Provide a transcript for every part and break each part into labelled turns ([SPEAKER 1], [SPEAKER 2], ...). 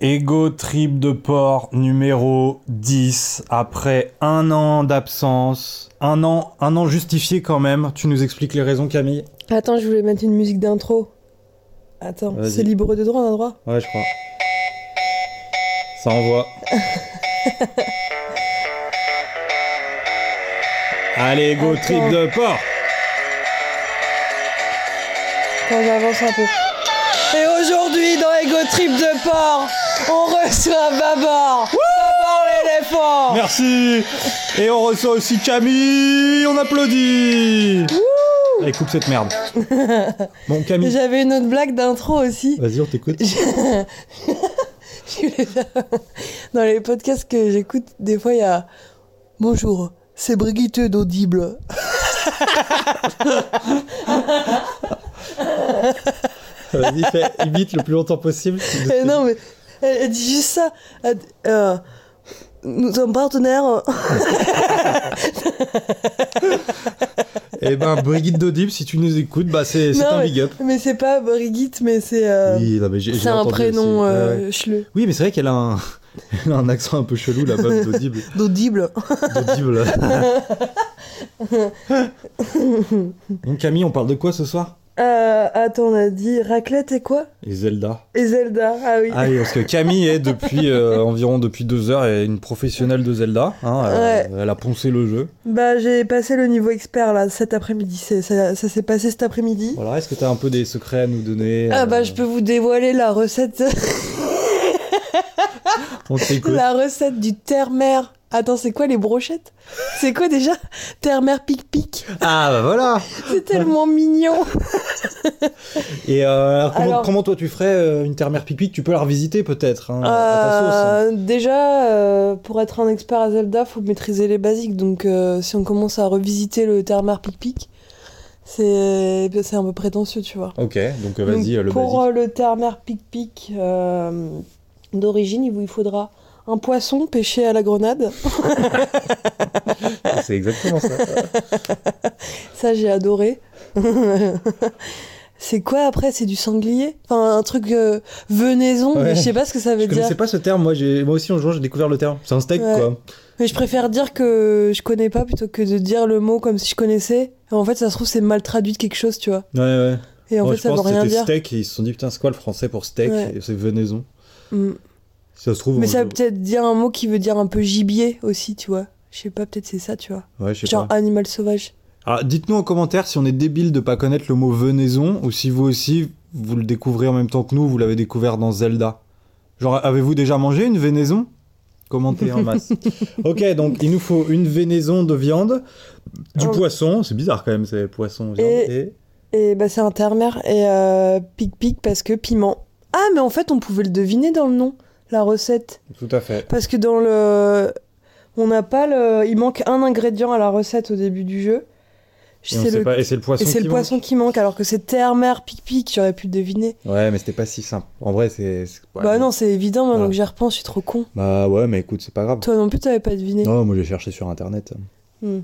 [SPEAKER 1] Ego Trip de Port numéro 10. Après un an d'absence, un an, un an justifié quand même. Tu nous expliques les raisons, Camille
[SPEAKER 2] Attends, je voulais mettre une musique d'intro. Attends,
[SPEAKER 1] Vas-y.
[SPEAKER 2] c'est libre de droit, on a droit
[SPEAKER 1] Ouais, je crois. Ça envoie. Allez, Ego
[SPEAKER 2] Attends.
[SPEAKER 1] Trip de Port
[SPEAKER 2] Quand j'avance un peu. Et aujourd'hui, dans Ego Trip de Port, on reçoit Babor Babor l'éléphant
[SPEAKER 1] Merci Et on reçoit aussi Camille On applaudit Allez, coupe cette merde. Bon,
[SPEAKER 2] Et
[SPEAKER 1] Camille,
[SPEAKER 2] J'avais une autre blague d'intro aussi.
[SPEAKER 1] vas-y, on t'écoute.
[SPEAKER 2] Je voulais faire- Dans les podcasts que j'écoute, des fois, il y a « Bonjour, c'est Brigitte d'Audible.
[SPEAKER 1] Vas-y, fais, imite le plus longtemps possible. »
[SPEAKER 2] Eh Non, mais elle, elle dit juste ça. Elle dit, euh, nous sommes partenaires.
[SPEAKER 1] Eh ben, Brigitte Dodib, si tu nous écoutes, bah c'est c'est
[SPEAKER 2] Non,
[SPEAKER 1] un big up.
[SPEAKER 2] Mais c'est pas Brigitte, mais c'est... euh,
[SPEAKER 1] Oui, non, mais j'ai- j'ai
[SPEAKER 2] C'est un
[SPEAKER 1] entendu
[SPEAKER 2] prénom
[SPEAKER 1] aussi. Ouais,
[SPEAKER 2] euh,
[SPEAKER 1] ouais.
[SPEAKER 2] cheleux.
[SPEAKER 1] Oui, mais c'est vrai qu'elle a, un... elle a un accent un peu chelou, la meuf d'Audible.
[SPEAKER 2] D'audible.
[SPEAKER 1] D'Audible. Donc, Camille, on parle de quoi ce soir
[SPEAKER 2] Euh, attends, on a dit raclette et quoi
[SPEAKER 1] Et Zelda.
[SPEAKER 2] Et Zelda, ah oui.
[SPEAKER 1] Ah oui, parce que Camille est depuis euh, environ depuis deux heures est une professionnelle de Zelda. hein, euh, Elle a poncé le jeu.
[SPEAKER 2] Bah, j'ai passé le niveau expert là cet après-midi. C'est- Ça, ça s'est passé cet après-midi.
[SPEAKER 1] Voilà, est-ce que t'as un peu des secrets à nous donner
[SPEAKER 2] Ah
[SPEAKER 1] euh,
[SPEAKER 2] bah je peux vous dévoiler la recette
[SPEAKER 1] On t'écoute.
[SPEAKER 2] la recette du terre-mer. Attends, c'est quoi les brochettes C'est quoi déjà Terre-mer pic-pic.
[SPEAKER 1] Ah bah voilà
[SPEAKER 2] C'est tellement mignon.
[SPEAKER 1] Et euh, alors, comment,
[SPEAKER 2] Alors-
[SPEAKER 1] comment toi tu ferais euh, une terre-mère pique Tu peux la revisiter peut-être hein, à ta sauce. hein.
[SPEAKER 2] Euh, déjà, euh, pour être un expert à Zelda, faut maîtriser les basiques. Donc, euh, si on commence à revisiter le terre-mer pic-pic, c'est c'est un peu prétentieux, tu vois.
[SPEAKER 1] Ok, donc euh, vas-y,
[SPEAKER 2] Donc,
[SPEAKER 1] euh, le
[SPEAKER 2] pour
[SPEAKER 1] basique.
[SPEAKER 2] euh, le terre-mer pic-pic euh, d'origine, il vous- il faudra un poisson pêché à la grenade. euh,
[SPEAKER 1] C'est exactement ça.
[SPEAKER 2] Ça, j'ai adoré. c'est quoi après C'est du sanglier Enfin, un truc euh, venaison,
[SPEAKER 1] Ouais.
[SPEAKER 2] mais je sais pas ce que ça veut
[SPEAKER 1] je
[SPEAKER 2] dire.
[SPEAKER 1] connaissais pas ce terme, moi, j'ai- moi aussi en jouant j'ai découvert le terme. C'est un steak
[SPEAKER 2] Ouais.
[SPEAKER 1] quoi.
[SPEAKER 2] Mais je préfère dire que je connais pas plutôt que de dire le mot comme si je connaissais. En fait, ça se trouve, c'est mal traduit de quelque chose, tu vois.
[SPEAKER 1] Ouais, ouais.
[SPEAKER 2] Et en
[SPEAKER 1] Moi,
[SPEAKER 2] fait,
[SPEAKER 1] je
[SPEAKER 2] ça veut
[SPEAKER 1] pense que
[SPEAKER 2] rien
[SPEAKER 1] c'était
[SPEAKER 2] dire.
[SPEAKER 1] steak et ils se sont dit putain, c'est quoi le français pour steak
[SPEAKER 2] Ouais.
[SPEAKER 1] Et C'est venaison.
[SPEAKER 2] Mm.
[SPEAKER 1] Si ça se trouve.
[SPEAKER 2] Mais
[SPEAKER 1] on-
[SPEAKER 2] ça veut peut-être dire un mot qui veut dire un peu gibier aussi, tu vois. Je sais pas, peut-être c'est ça, tu vois.
[SPEAKER 1] Ouais, je sais
[SPEAKER 2] Genre
[SPEAKER 1] pas.
[SPEAKER 2] animal sauvage.
[SPEAKER 1] Alors, dites-nous en commentaire si on est débile de pas connaître le mot venaison ou si vous aussi vous le découvrez en même temps que nous, vous l'avez découvert dans Zelda. Genre, avez-vous déjà mangé une venaison Commentez en masse. ok, donc il nous faut une venaison de viande, du
[SPEAKER 2] Oh.
[SPEAKER 1] poisson, c'est bizarre quand même, c'est poisson, viande
[SPEAKER 2] Et-
[SPEAKER 1] et...
[SPEAKER 2] Et bah, c'est un terre-mer et euh, pic-pic parce que piment. Ah, mais en fait, on pouvait le deviner dans le nom, la recette.
[SPEAKER 1] Tout à fait.
[SPEAKER 2] Parce que dans le. On n'a pas le. Il manque un ingrédient à la recette au début du jeu.
[SPEAKER 1] Et, on
[SPEAKER 2] C'est
[SPEAKER 1] sait
[SPEAKER 2] le-
[SPEAKER 1] pas- et c'est le poisson
[SPEAKER 2] Et c'est
[SPEAKER 1] qui
[SPEAKER 2] le
[SPEAKER 1] manque.
[SPEAKER 2] poisson qui manque, alors que c'est terre, mer, pic-pic, j'aurais pu le deviner.
[SPEAKER 1] Ouais, mais c'était pas si simple. En vrai, c'est. c'est- ouais,
[SPEAKER 2] bah
[SPEAKER 1] mais-
[SPEAKER 2] non, c'est évident, maintenant
[SPEAKER 1] Voilà.
[SPEAKER 2] que j'y repense, je suis trop con.
[SPEAKER 1] Bah ouais, mais écoute, c'est pas grave.
[SPEAKER 2] Toi non plus, t'avais pas deviné.
[SPEAKER 1] Non, moi j'ai cherché sur internet.
[SPEAKER 2] Hmm,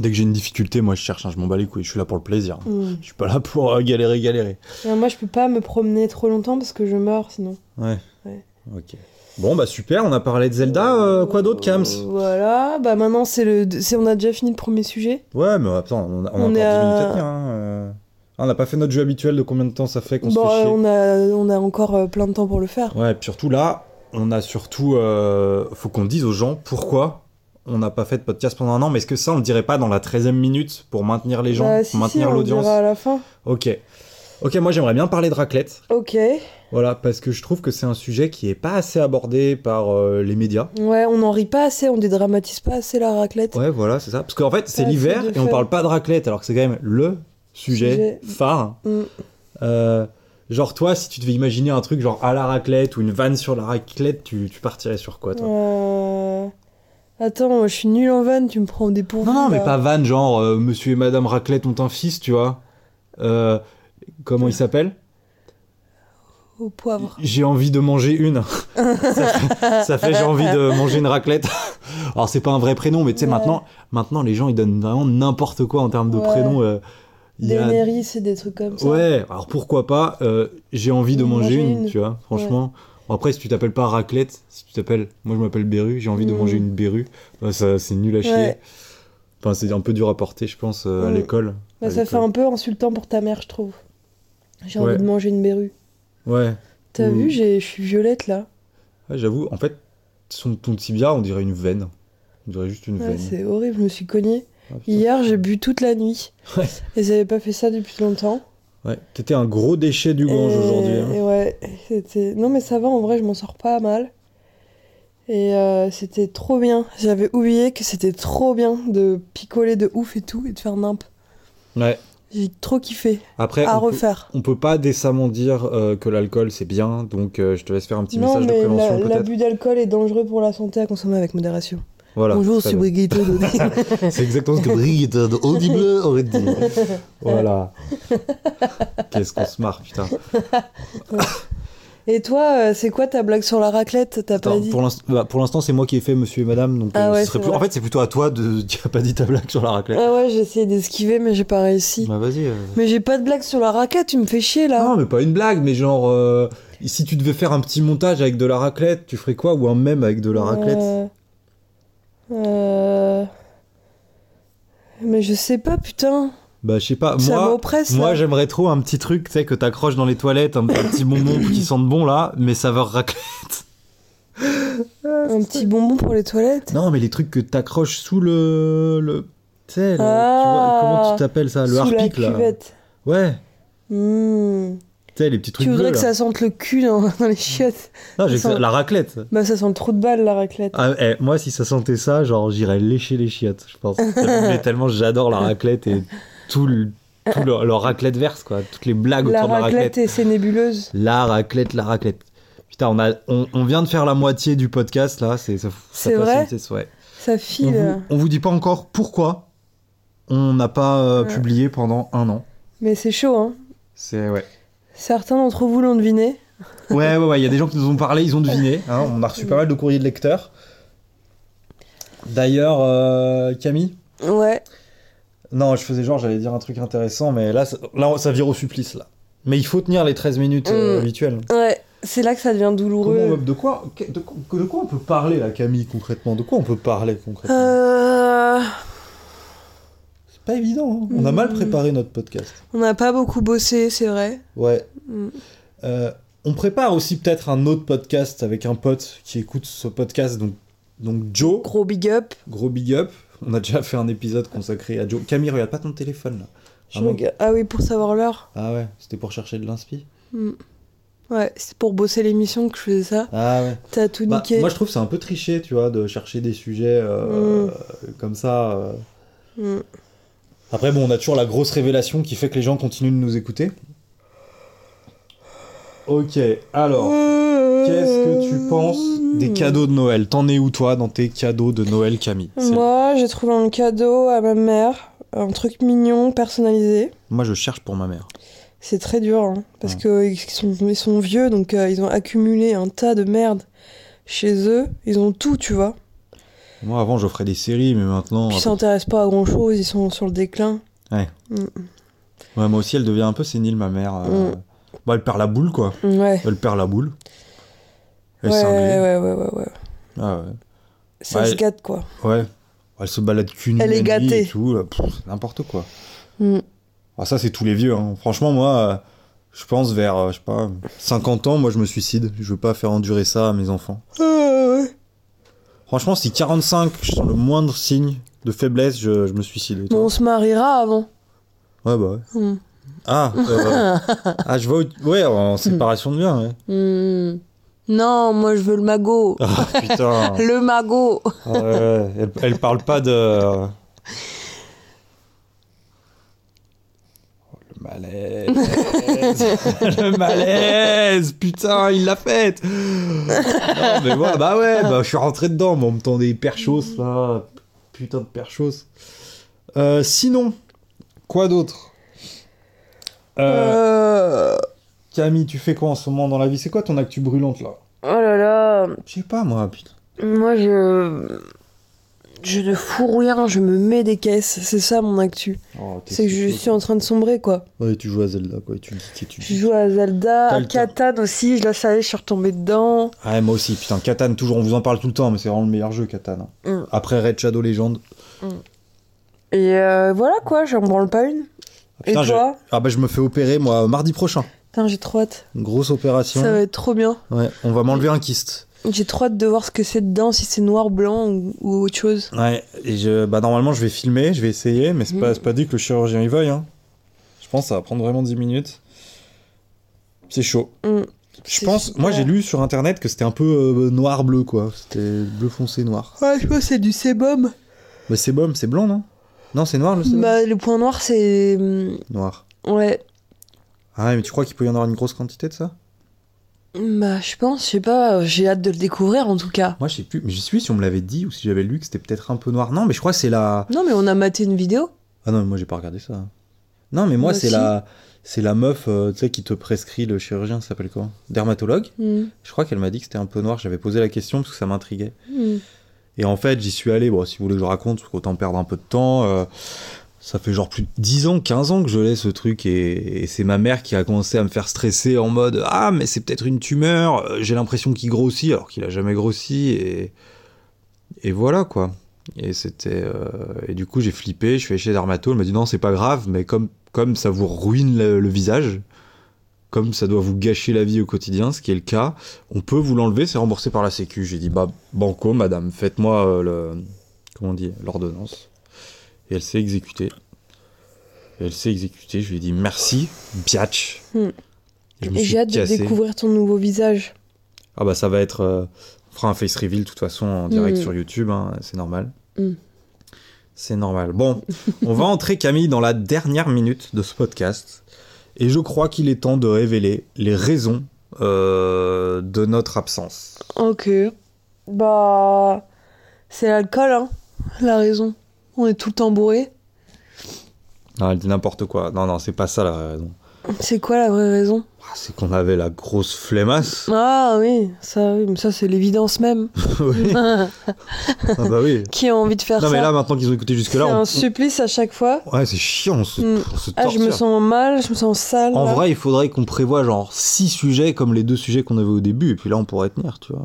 [SPEAKER 1] Dès que j'ai une difficulté, moi je cherche, hein, je m'en bats les couilles, je suis là pour le plaisir.
[SPEAKER 2] hmm.
[SPEAKER 1] Je suis pas là pour euh, galérer, galérer.
[SPEAKER 2] Et moi, je peux pas me promener trop longtemps parce que je meurs sinon.
[SPEAKER 1] Ouais.
[SPEAKER 2] Ouais.
[SPEAKER 1] Ok. Bon, bah super, on a parlé de Zelda. euh, quoi d'autre, Kams
[SPEAKER 2] Euh, Voilà, bah maintenant, c'est le. c'est- On a déjà fini le premier sujet.
[SPEAKER 1] Ouais, mais attends, on a, on a
[SPEAKER 2] On
[SPEAKER 1] encore 10
[SPEAKER 2] est à-
[SPEAKER 1] minutes à tenir, hein, euh. Ah, on n'a pas fait notre jeu habituel de combien de temps ça fait qu'on
[SPEAKER 2] Bon,
[SPEAKER 1] se fait
[SPEAKER 2] euh,
[SPEAKER 1] chier.
[SPEAKER 2] on, a, on a encore euh, plein de temps pour le faire.
[SPEAKER 1] Ouais, et puis surtout là, on a surtout. euh, faut qu'on dise aux gens pourquoi on n'a pas fait de podcast pendant un an. Mais est-ce que ça, on le dirait pas dans la 13 e minute pour maintenir les gens,
[SPEAKER 2] Bah,
[SPEAKER 1] pour
[SPEAKER 2] si, si,
[SPEAKER 1] maintenir
[SPEAKER 2] on le
[SPEAKER 1] l'audience
[SPEAKER 2] dira à la fin.
[SPEAKER 1] Ok. Ok, moi j'aimerais bien parler de raclette.
[SPEAKER 2] Ok.
[SPEAKER 1] Voilà, parce que je trouve que c'est un sujet qui est pas assez abordé par euh, les médias.
[SPEAKER 2] Ouais, on n'en rit pas assez, on dédramatise pas assez la raclette.
[SPEAKER 1] Ouais, voilà, c'est ça. Parce qu'en fait, Euh, c'est
[SPEAKER 2] assez
[SPEAKER 1] l'hiver
[SPEAKER 2] de
[SPEAKER 1] et on
[SPEAKER 2] fun.
[SPEAKER 1] parle pas de raclette, alors que c'est quand même le sujet,
[SPEAKER 2] Sujet.
[SPEAKER 1] phare.
[SPEAKER 2] Mm.
[SPEAKER 1] Euh, genre, toi, si tu devais imaginer un truc genre à la raclette ou une vanne sur la raclette, tu, tu partirais sur quoi, toi
[SPEAKER 2] Euh, Attends, moi, je suis nulle en vanne, tu me prends au dépourvu.
[SPEAKER 1] Non, non, mais
[SPEAKER 2] là.
[SPEAKER 1] pas vanne, genre euh, monsieur et madame raclette ont un fils, tu vois. Euh, comment il s'appelle
[SPEAKER 2] Au poivre.
[SPEAKER 1] J'ai envie de manger une. ça fait, ça fait j'ai envie de manger une raclette. Alors c'est pas un vrai prénom, mais tu sais
[SPEAKER 2] Ouais.
[SPEAKER 1] maintenant, maintenant les gens ils donnent vraiment n'importe quoi en termes de
[SPEAKER 2] Ouais.
[SPEAKER 1] prénoms. euh, il y
[SPEAKER 2] Des
[SPEAKER 1] a-
[SPEAKER 2] mairies, c'est des trucs comme ça.
[SPEAKER 1] Ouais, alors pourquoi pas euh, J'ai envie de manger,
[SPEAKER 2] Manger
[SPEAKER 1] une,
[SPEAKER 2] une.
[SPEAKER 1] tu vois. Franchement, Bon, après, si tu t'appelles pas raclette, si tu t'appelles. Moi, je m'appelle Beru, j'ai envie de manger
[SPEAKER 2] Mm.
[SPEAKER 1] une Beru. Bah, ça, c'est nul à chier.
[SPEAKER 2] Ouais.
[SPEAKER 1] Enfin, c'est un peu dur à porter, je pense, euh, à
[SPEAKER 2] Mm.
[SPEAKER 1] l'école.
[SPEAKER 2] Bah,
[SPEAKER 1] À
[SPEAKER 2] ça fait
[SPEAKER 1] l'école.
[SPEAKER 2] un peu insultant pour ta mère, je trouve. J'ai
[SPEAKER 1] euh, Ouais.
[SPEAKER 2] envie de manger une berrue.
[SPEAKER 1] Ouais.
[SPEAKER 2] T'as
[SPEAKER 1] Mm.
[SPEAKER 2] vu, j'ai- je suis violette là.
[SPEAKER 1] Ouais, J'avoue, en fait, son, ton tibia, on dirait une veine. On dirait juste une
[SPEAKER 2] Ouais,
[SPEAKER 1] veine.
[SPEAKER 2] c'est horrible, je me suis cognée.
[SPEAKER 1] Ah, putain.
[SPEAKER 2] Hier, j'ai bu toute la nuit.
[SPEAKER 1] Ouais.
[SPEAKER 2] Et j'avais pas fait ça depuis longtemps.
[SPEAKER 1] Ouais, t'étais un gros déchet du gange
[SPEAKER 2] Et-
[SPEAKER 1] aujourd'hui. hein.
[SPEAKER 2] et ouais, c'était. Non, mais ça va, en vrai, je m'en sors pas mal. Et euh, c'était trop bien. J'avais oublié que c'était trop bien de picoler de ouf et tout et de faire nimp.
[SPEAKER 1] Ouais.
[SPEAKER 2] J'ai trop kiffé.
[SPEAKER 1] Après,
[SPEAKER 2] à
[SPEAKER 1] on, peut,
[SPEAKER 2] refaire.
[SPEAKER 1] on peut pas décemment dire euh, que l'alcool c'est bien, donc euh, je te laisse faire un petit
[SPEAKER 2] Non,
[SPEAKER 1] message de
[SPEAKER 2] mais la-
[SPEAKER 1] prévention peut-être.
[SPEAKER 2] l'abus d'alcool est dangereux pour la santé à consommer avec modération.
[SPEAKER 1] Voilà.
[SPEAKER 2] Bonjour,
[SPEAKER 1] ça
[SPEAKER 2] c'est
[SPEAKER 1] va.
[SPEAKER 2] Brigitte. Audrey.
[SPEAKER 1] C'est exactement ce que Brigitte de Audible aurait dit. Voilà. Qu'est-ce qu'on se marre, putain.
[SPEAKER 2] et toi, euh, c'est quoi ta blague sur la raclette T'as pas
[SPEAKER 1] Attends,
[SPEAKER 2] dit
[SPEAKER 1] pour l'inst- bah, pour l'instant, c'est moi qui ai fait monsieur et madame, donc euh,
[SPEAKER 2] Ah
[SPEAKER 1] ce
[SPEAKER 2] ouais,
[SPEAKER 1] serait
[SPEAKER 2] c'est
[SPEAKER 1] plus- En
[SPEAKER 2] vrai.
[SPEAKER 1] fait, c'est plutôt à toi de. Tu as pas dit ta blague sur la raclette.
[SPEAKER 2] Ah ouais, j'ai essayé d'esquiver, mais j'ai pas réussi.
[SPEAKER 1] Bah, vas-y. euh.
[SPEAKER 2] Mais j'ai pas de blague sur la raclette, tu me fais chier là.
[SPEAKER 1] Non, mais pas une blague, mais genre. euh, Si tu devais faire un petit montage avec de la raclette, tu ferais quoi Ou un mème avec de Ah, la raclette
[SPEAKER 2] Euh, euh, Mais je sais pas, putain.
[SPEAKER 1] Bah, je sais pas.
[SPEAKER 2] ça
[SPEAKER 1] moi,
[SPEAKER 2] m'oppresse là.
[SPEAKER 1] Moi, j'aimerais trop un petit truc, tu sais, que t'accroches dans les toilettes, un, un petit bonbon qui sente bon là, mais saveur raclette.
[SPEAKER 2] Un petit bonbon pour les toilettes.
[SPEAKER 1] Non, mais les trucs que t'accroches sous le. le tu sais, le-
[SPEAKER 2] Ah.
[SPEAKER 1] tu vois, comment tu t'appelles ça Le
[SPEAKER 2] Sous la
[SPEAKER 1] harpic là.
[SPEAKER 2] cuvette.
[SPEAKER 1] Ouais,
[SPEAKER 2] Mmh.
[SPEAKER 1] tu sais, les petits trucs
[SPEAKER 2] Tu voudrais
[SPEAKER 1] bleus
[SPEAKER 2] que
[SPEAKER 1] là.
[SPEAKER 2] ça sente le cul dans, dans les chiottes.
[SPEAKER 1] Non, j'ai que
[SPEAKER 2] ça
[SPEAKER 1] ça-
[SPEAKER 2] sent-
[SPEAKER 1] la raclette.
[SPEAKER 2] Bah, ça sent le trou de balle la raclette.
[SPEAKER 1] Ah, eh, moi, si ça sentait ça, genre, j'irais lécher les chiottes, je pense. mais tellement j'adore la raclette et tout le. Tout leur, leur raclette verse, quoi. Toutes les blagues
[SPEAKER 2] la
[SPEAKER 1] autour de la raclette.
[SPEAKER 2] raclette et ses nébuleuses.
[SPEAKER 1] La raclette, la raclette. Putain, on, a, on, on vient de faire la moitié du podcast là, c'est ça, ça
[SPEAKER 2] C'est
[SPEAKER 1] passe
[SPEAKER 2] vrai
[SPEAKER 1] une vitesse, ouais.
[SPEAKER 2] Ça
[SPEAKER 1] on,
[SPEAKER 2] file.
[SPEAKER 1] vous, on vous dit pas encore pourquoi on n'a pas euh,
[SPEAKER 2] Ouais.
[SPEAKER 1] publié pendant un an.
[SPEAKER 2] Mais c'est chaud, hein.
[SPEAKER 1] C'est ouais.
[SPEAKER 2] Certains d'entre vous l'ont deviné.
[SPEAKER 1] Ouais, ouais, ouais. Il y a des gens qui nous ont parlé, ils ont deviné. hein, on a reçu pas mal de courriers de lecteurs. D'ailleurs, euh, Camille.
[SPEAKER 2] Ouais.
[SPEAKER 1] Non, je faisais genre, j'allais dire un truc intéressant, mais là, ça, là, ça vire au supplice là. Mais il faut tenir les 13 minutes euh,
[SPEAKER 2] Mm.
[SPEAKER 1] habituelles.
[SPEAKER 2] Ouais. C'est là que ça devient douloureux.
[SPEAKER 1] Comment on- de, quoi, que- de, quoi- de quoi on peut parler là, Camille, concrètement De quoi on peut parler concrètement
[SPEAKER 2] Euh,
[SPEAKER 1] C'est pas évident, hein. on a mal
[SPEAKER 2] Mm.
[SPEAKER 1] préparé notre podcast.
[SPEAKER 2] On n'a pas beaucoup bossé, c'est vrai.
[SPEAKER 1] Ouais.
[SPEAKER 2] Mm.
[SPEAKER 1] Euh, on prépare aussi peut-être un autre podcast avec un pote qui écoute ce podcast, donc, donc Joe,
[SPEAKER 2] Gros big up.
[SPEAKER 1] gros big up. On a déjà fait un épisode consacré à Joe. Camille, regarde pas ton téléphone là.
[SPEAKER 2] Je
[SPEAKER 1] Ah bon
[SPEAKER 2] regarde- ah oui, pour savoir l'heure.
[SPEAKER 1] Ah ouais, c'était pour chercher de l'inspi
[SPEAKER 2] Mm. Ouais, c'est pour bosser l'émission que je faisais ça.
[SPEAKER 1] Ah ouais.
[SPEAKER 2] T'as tout
[SPEAKER 1] Bah,
[SPEAKER 2] niqué.
[SPEAKER 1] moi je trouve que c'est un peu triché, tu vois, de chercher des sujets euh, comme ça. euh.
[SPEAKER 2] Mm.
[SPEAKER 1] Après, bon, on a toujours la grosse révélation qui fait que les gens continuent de nous écouter. Ok, alors, qu'est-ce que tu penses des
[SPEAKER 2] Hmm.
[SPEAKER 1] cadeaux de Noël T'en es où, toi, dans tes cadeaux de Noël, Camille C'est-
[SPEAKER 2] Moi, j'ai trouvé un cadeau à ma mère. Un truc mignon, personnalisé.
[SPEAKER 1] Moi, je cherche pour ma mère.
[SPEAKER 2] C'est très dur, hein, parce
[SPEAKER 1] Ouais.
[SPEAKER 2] que qu'ils sont, ils sont vieux, donc euh, ils ont accumulé un tas de merde chez eux. Ils ont tout, tu vois.
[SPEAKER 1] Moi, avant, j'offrais des séries, mais maintenant...
[SPEAKER 2] Puis ils s'intéressent pas à grand chose, ils sont sur le déclin.
[SPEAKER 1] Ouais, moi aussi, elle devient un peu sénile, ma mère. euh.
[SPEAKER 2] Mm.
[SPEAKER 1] Bah, elle perd la boule, quoi.
[SPEAKER 2] Ouais.
[SPEAKER 1] Elle perd la boule. Elle
[SPEAKER 2] Ouais,
[SPEAKER 1] est
[SPEAKER 2] ouais,
[SPEAKER 1] cinglée.
[SPEAKER 2] ouais, ouais, ouais, ouais.
[SPEAKER 1] Ah ouais.
[SPEAKER 2] Ça
[SPEAKER 1] Ouais.
[SPEAKER 2] se gâte, quoi.
[SPEAKER 1] Ouais. Elle se balade qu'une
[SPEAKER 2] Elle est
[SPEAKER 1] nuit
[SPEAKER 2] gâtée.
[SPEAKER 1] et tout. là, pff, N'importe quoi.
[SPEAKER 2] Mm.
[SPEAKER 1] Ah, ça, c'est tous les vieux. hein. Franchement, moi, euh, je pense vers, euh, je sais pas, 50 ans, moi, je me suicide. Je veux pas faire endurer ça à mes enfants.
[SPEAKER 2] Ah, ouais.
[SPEAKER 1] Franchement, si 45, je sens le moindre signe de faiblesse, je, je me suicide. Et toi
[SPEAKER 2] Bon, on se mariera avant.
[SPEAKER 1] Ouais, bah ouais.
[SPEAKER 2] Mm.
[SPEAKER 1] Ah, euh, ah je vois. où- Ouais, en séparation de biens, ouais.
[SPEAKER 2] Mm. Non, moi je veux le magot.
[SPEAKER 1] Ah, putain.
[SPEAKER 2] Le magot.
[SPEAKER 1] Ah, ouais, ouais. Elle, elle parle pas de. Oh, le malaise. le malaise. Putain, il l'a faite. Non, mais moi, bah ouais, bah, je suis rentré dedans, mais on me tendait hyper chose, là. Putain de père chose. Euh, sinon, quoi d'autre Euh,
[SPEAKER 2] Euh,
[SPEAKER 1] Camille, tu fais quoi en ce moment dans la vie C'est quoi ton actu brûlante là
[SPEAKER 2] Oh là là.
[SPEAKER 1] Je sais pas moi, putain.
[SPEAKER 2] Moi je. je ne fous rien, je me mets des caisses. C'est ça mon actu.
[SPEAKER 3] Oh, t'es
[SPEAKER 2] C'est que
[SPEAKER 3] si
[SPEAKER 2] je
[SPEAKER 3] chaud.
[SPEAKER 2] suis en train de sombrer, quoi.
[SPEAKER 3] Ouais, tu joues à Zelda, quoi. et Tu geeks et tu
[SPEAKER 2] Je
[SPEAKER 3] geeks.
[SPEAKER 2] joue à Zelda,
[SPEAKER 1] T'as
[SPEAKER 2] à
[SPEAKER 1] le temps.
[SPEAKER 2] Catan aussi. Là, ça y est, je suis retombée dedans.
[SPEAKER 1] Ouais, moi aussi, putain, Catan, toujours, on vous en parle tout le temps, mais c'est vraiment le meilleur jeu, Catan. hein.
[SPEAKER 2] Mm.
[SPEAKER 1] Après Red Shadow Legend.
[SPEAKER 2] Et euh, voilà, quoi, j'en branle pas une.
[SPEAKER 1] Ah, putain,
[SPEAKER 2] Et
[SPEAKER 1] je-
[SPEAKER 2] toi
[SPEAKER 1] Ah bah, je me fais opérer, moi, mardi prochain.
[SPEAKER 2] Putain, j'ai trop hâte.
[SPEAKER 1] Une grosse opération.
[SPEAKER 2] Ça va être trop bien.
[SPEAKER 1] Ouais, on va m'enlever un kyste.
[SPEAKER 2] J'ai trop hâte de voir ce que c'est dedans, si c'est noir, blanc ou, ou autre chose.
[SPEAKER 1] Ouais, et je, bah, normalement, je vais filmer, je vais essayer, mais c'est
[SPEAKER 2] Mm.
[SPEAKER 1] pas, c'est pas dit que le chirurgien y veuille. hein. Je pense que ça va prendre vraiment 10 minutes. C'est chaud.
[SPEAKER 2] Mm.
[SPEAKER 1] Je
[SPEAKER 2] C'est
[SPEAKER 1] pense,
[SPEAKER 2] super.
[SPEAKER 1] moi j'ai lu sur internet que c'était un peu euh, noir-bleu quoi. C'était bleu foncé noir.
[SPEAKER 2] Ouais, je pense que c'est du sébum.
[SPEAKER 1] Mais c'est bon, c'est blanc non Non, c'est noir le sébum
[SPEAKER 2] Bah, le point noir, c'est. hum,
[SPEAKER 1] Noir.
[SPEAKER 2] Ouais.
[SPEAKER 1] Ah ouais, mais tu crois qu'il peut y en avoir une grosse quantité de ça
[SPEAKER 2] Bah, je pense, je sais pas, j'ai hâte de le découvrir en tout cas.
[SPEAKER 1] Moi je sais plus, mais je suis si on me l'avait dit ou si j'avais lu que c'était peut-être un peu noir. Non, mais je crois que c'est la.
[SPEAKER 2] Non, mais on a maté une vidéo.
[SPEAKER 1] Ah non, mais moi j'ai pas regardé ça. Non, mais moi,
[SPEAKER 2] Moi
[SPEAKER 1] c'est
[SPEAKER 2] aussi.
[SPEAKER 1] la. C'est la meuf, euh, tu sais, qui te prescrit le chirurgien, ça s'appelle quoi Dermatologue
[SPEAKER 2] Hmm.
[SPEAKER 1] Je crois qu'elle m'a dit que c'était un peu noir. J'avais posé la question parce que ça m'intriguait.
[SPEAKER 2] Hmm.
[SPEAKER 1] Et en fait, j'y suis allé, bon, si vous voulez que je raconte, parce qu'autant perdre un peu de temps. euh, ça fait genre plus de 10 ans, 15 ans que je l'ai ce truc, et, et c'est ma mère qui a commencé à me faire stresser en mode Ah, mais c'est peut-être une tumeur, euh, j'ai l'impression qu'il grossit, alors qu'il a jamais grossi, et, et voilà quoi. Et c'était. euh, et du coup, j'ai flippé, je suis allé chez Dermato, elle m'a dit Non, c'est pas grave, mais comme, comme ça vous ruine le- le visage, comme ça doit vous gâcher la vie au quotidien, ce qui est le cas, on peut vous l'enlever, c'est remboursé par la Sécu. J'ai dit, bah, banco, madame, faites-moi euh, le. Comment on dit L'ordonnance. Et elle s'est exécutée. Et elle s'est exécutée. Je lui ai dit, merci, biatch.
[SPEAKER 2] Hmm.
[SPEAKER 1] Et je me
[SPEAKER 2] Et
[SPEAKER 1] suis
[SPEAKER 2] j'ai hâte de
[SPEAKER 1] cassé.
[SPEAKER 2] découvrir ton nouveau visage.
[SPEAKER 1] Ah, bah, ça va être. euh, on fera un face reveal, de toute façon, en direct
[SPEAKER 2] Hmm.
[SPEAKER 1] sur YouTube, hein, c'est normal.
[SPEAKER 2] Hmm.
[SPEAKER 1] C'est normal. Bon, on va entrer, Camille, dans la dernière minute de ce podcast. Et je crois qu'il est temps de révéler les raisons euh, de notre absence.
[SPEAKER 2] Ok. Bah. C'est l'alcool, hein, la raison. On est tout le temps bourré.
[SPEAKER 1] Non, elle dit n'importe quoi. Non, non, c'est pas ça la raison.
[SPEAKER 2] C'est quoi la vraie raison
[SPEAKER 1] Ah, C'est qu'on avait la grosse flemmasse.
[SPEAKER 2] Ah oui, ça, oui, mais ça, c'est l'évidence même.
[SPEAKER 1] Oui. Ah bah oui.
[SPEAKER 2] Qui a envie de faire
[SPEAKER 1] Non, mais
[SPEAKER 2] ça
[SPEAKER 1] là, maintenant qu'ils ont écouté
[SPEAKER 2] C'est
[SPEAKER 1] jusque-là,
[SPEAKER 2] un
[SPEAKER 1] on...
[SPEAKER 2] supplice à chaque fois.
[SPEAKER 1] on- Ouais, c'est chiant, on se,
[SPEAKER 2] Hmm.
[SPEAKER 1] on se
[SPEAKER 2] Ah, je me
[SPEAKER 1] torture.
[SPEAKER 2] sens mal, je me sens sale.
[SPEAKER 1] En
[SPEAKER 2] là.
[SPEAKER 1] vrai, il faudrait qu'on prévoie genre six sujets comme les deux sujets qu'on avait au début, et puis là, on pourrait tenir, tu vois.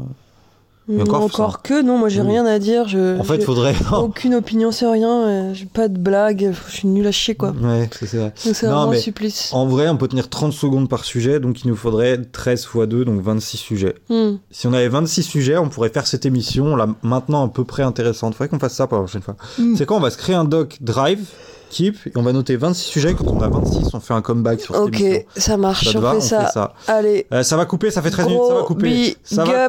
[SPEAKER 2] Mm,
[SPEAKER 1] encore,
[SPEAKER 2] encore, que non, moi j'ai
[SPEAKER 1] Oui.
[SPEAKER 2] rien à dire. Euh, Je, Oh,
[SPEAKER 1] En fait,
[SPEAKER 2] j'ai
[SPEAKER 1] faudrait.
[SPEAKER 2] aucune opinion sur rien. euh, J'ai pas de blague. Je suis nulle à chier quoi.
[SPEAKER 1] Ouais, c'est c'est vrai.
[SPEAKER 2] Donc c'est
[SPEAKER 1] Mm. Non,
[SPEAKER 2] vraiment un
[SPEAKER 1] mais-
[SPEAKER 2] supplice.
[SPEAKER 1] En vrai, on peut tenir 30 secondes par sujet, donc il nous faudrait 13 x 2, donc 26 sujets.
[SPEAKER 2] Mm.
[SPEAKER 1] Si on avait 26 sujets, on pourrait faire cette émission là maintenant à peu près intéressante. Faudrait qu'on fasse ça pour la prochaine fois.
[SPEAKER 2] Mm.
[SPEAKER 1] C'est quoi On va se créer un doc Drive, Keep, et on va noter 26 sujets. Quand on a 26, on fait un comeback sur cette
[SPEAKER 2] Ok,
[SPEAKER 1] émission.
[SPEAKER 2] ça
[SPEAKER 1] Ça
[SPEAKER 2] marche.
[SPEAKER 1] te
[SPEAKER 2] on
[SPEAKER 1] va
[SPEAKER 2] fait
[SPEAKER 1] On
[SPEAKER 2] ça.
[SPEAKER 1] fait ça.
[SPEAKER 2] Allez.
[SPEAKER 1] Euh, ça va couper, ça fait 13 minutes, ça va
[SPEAKER 2] gros
[SPEAKER 1] couper. Ça va
[SPEAKER 2] big up.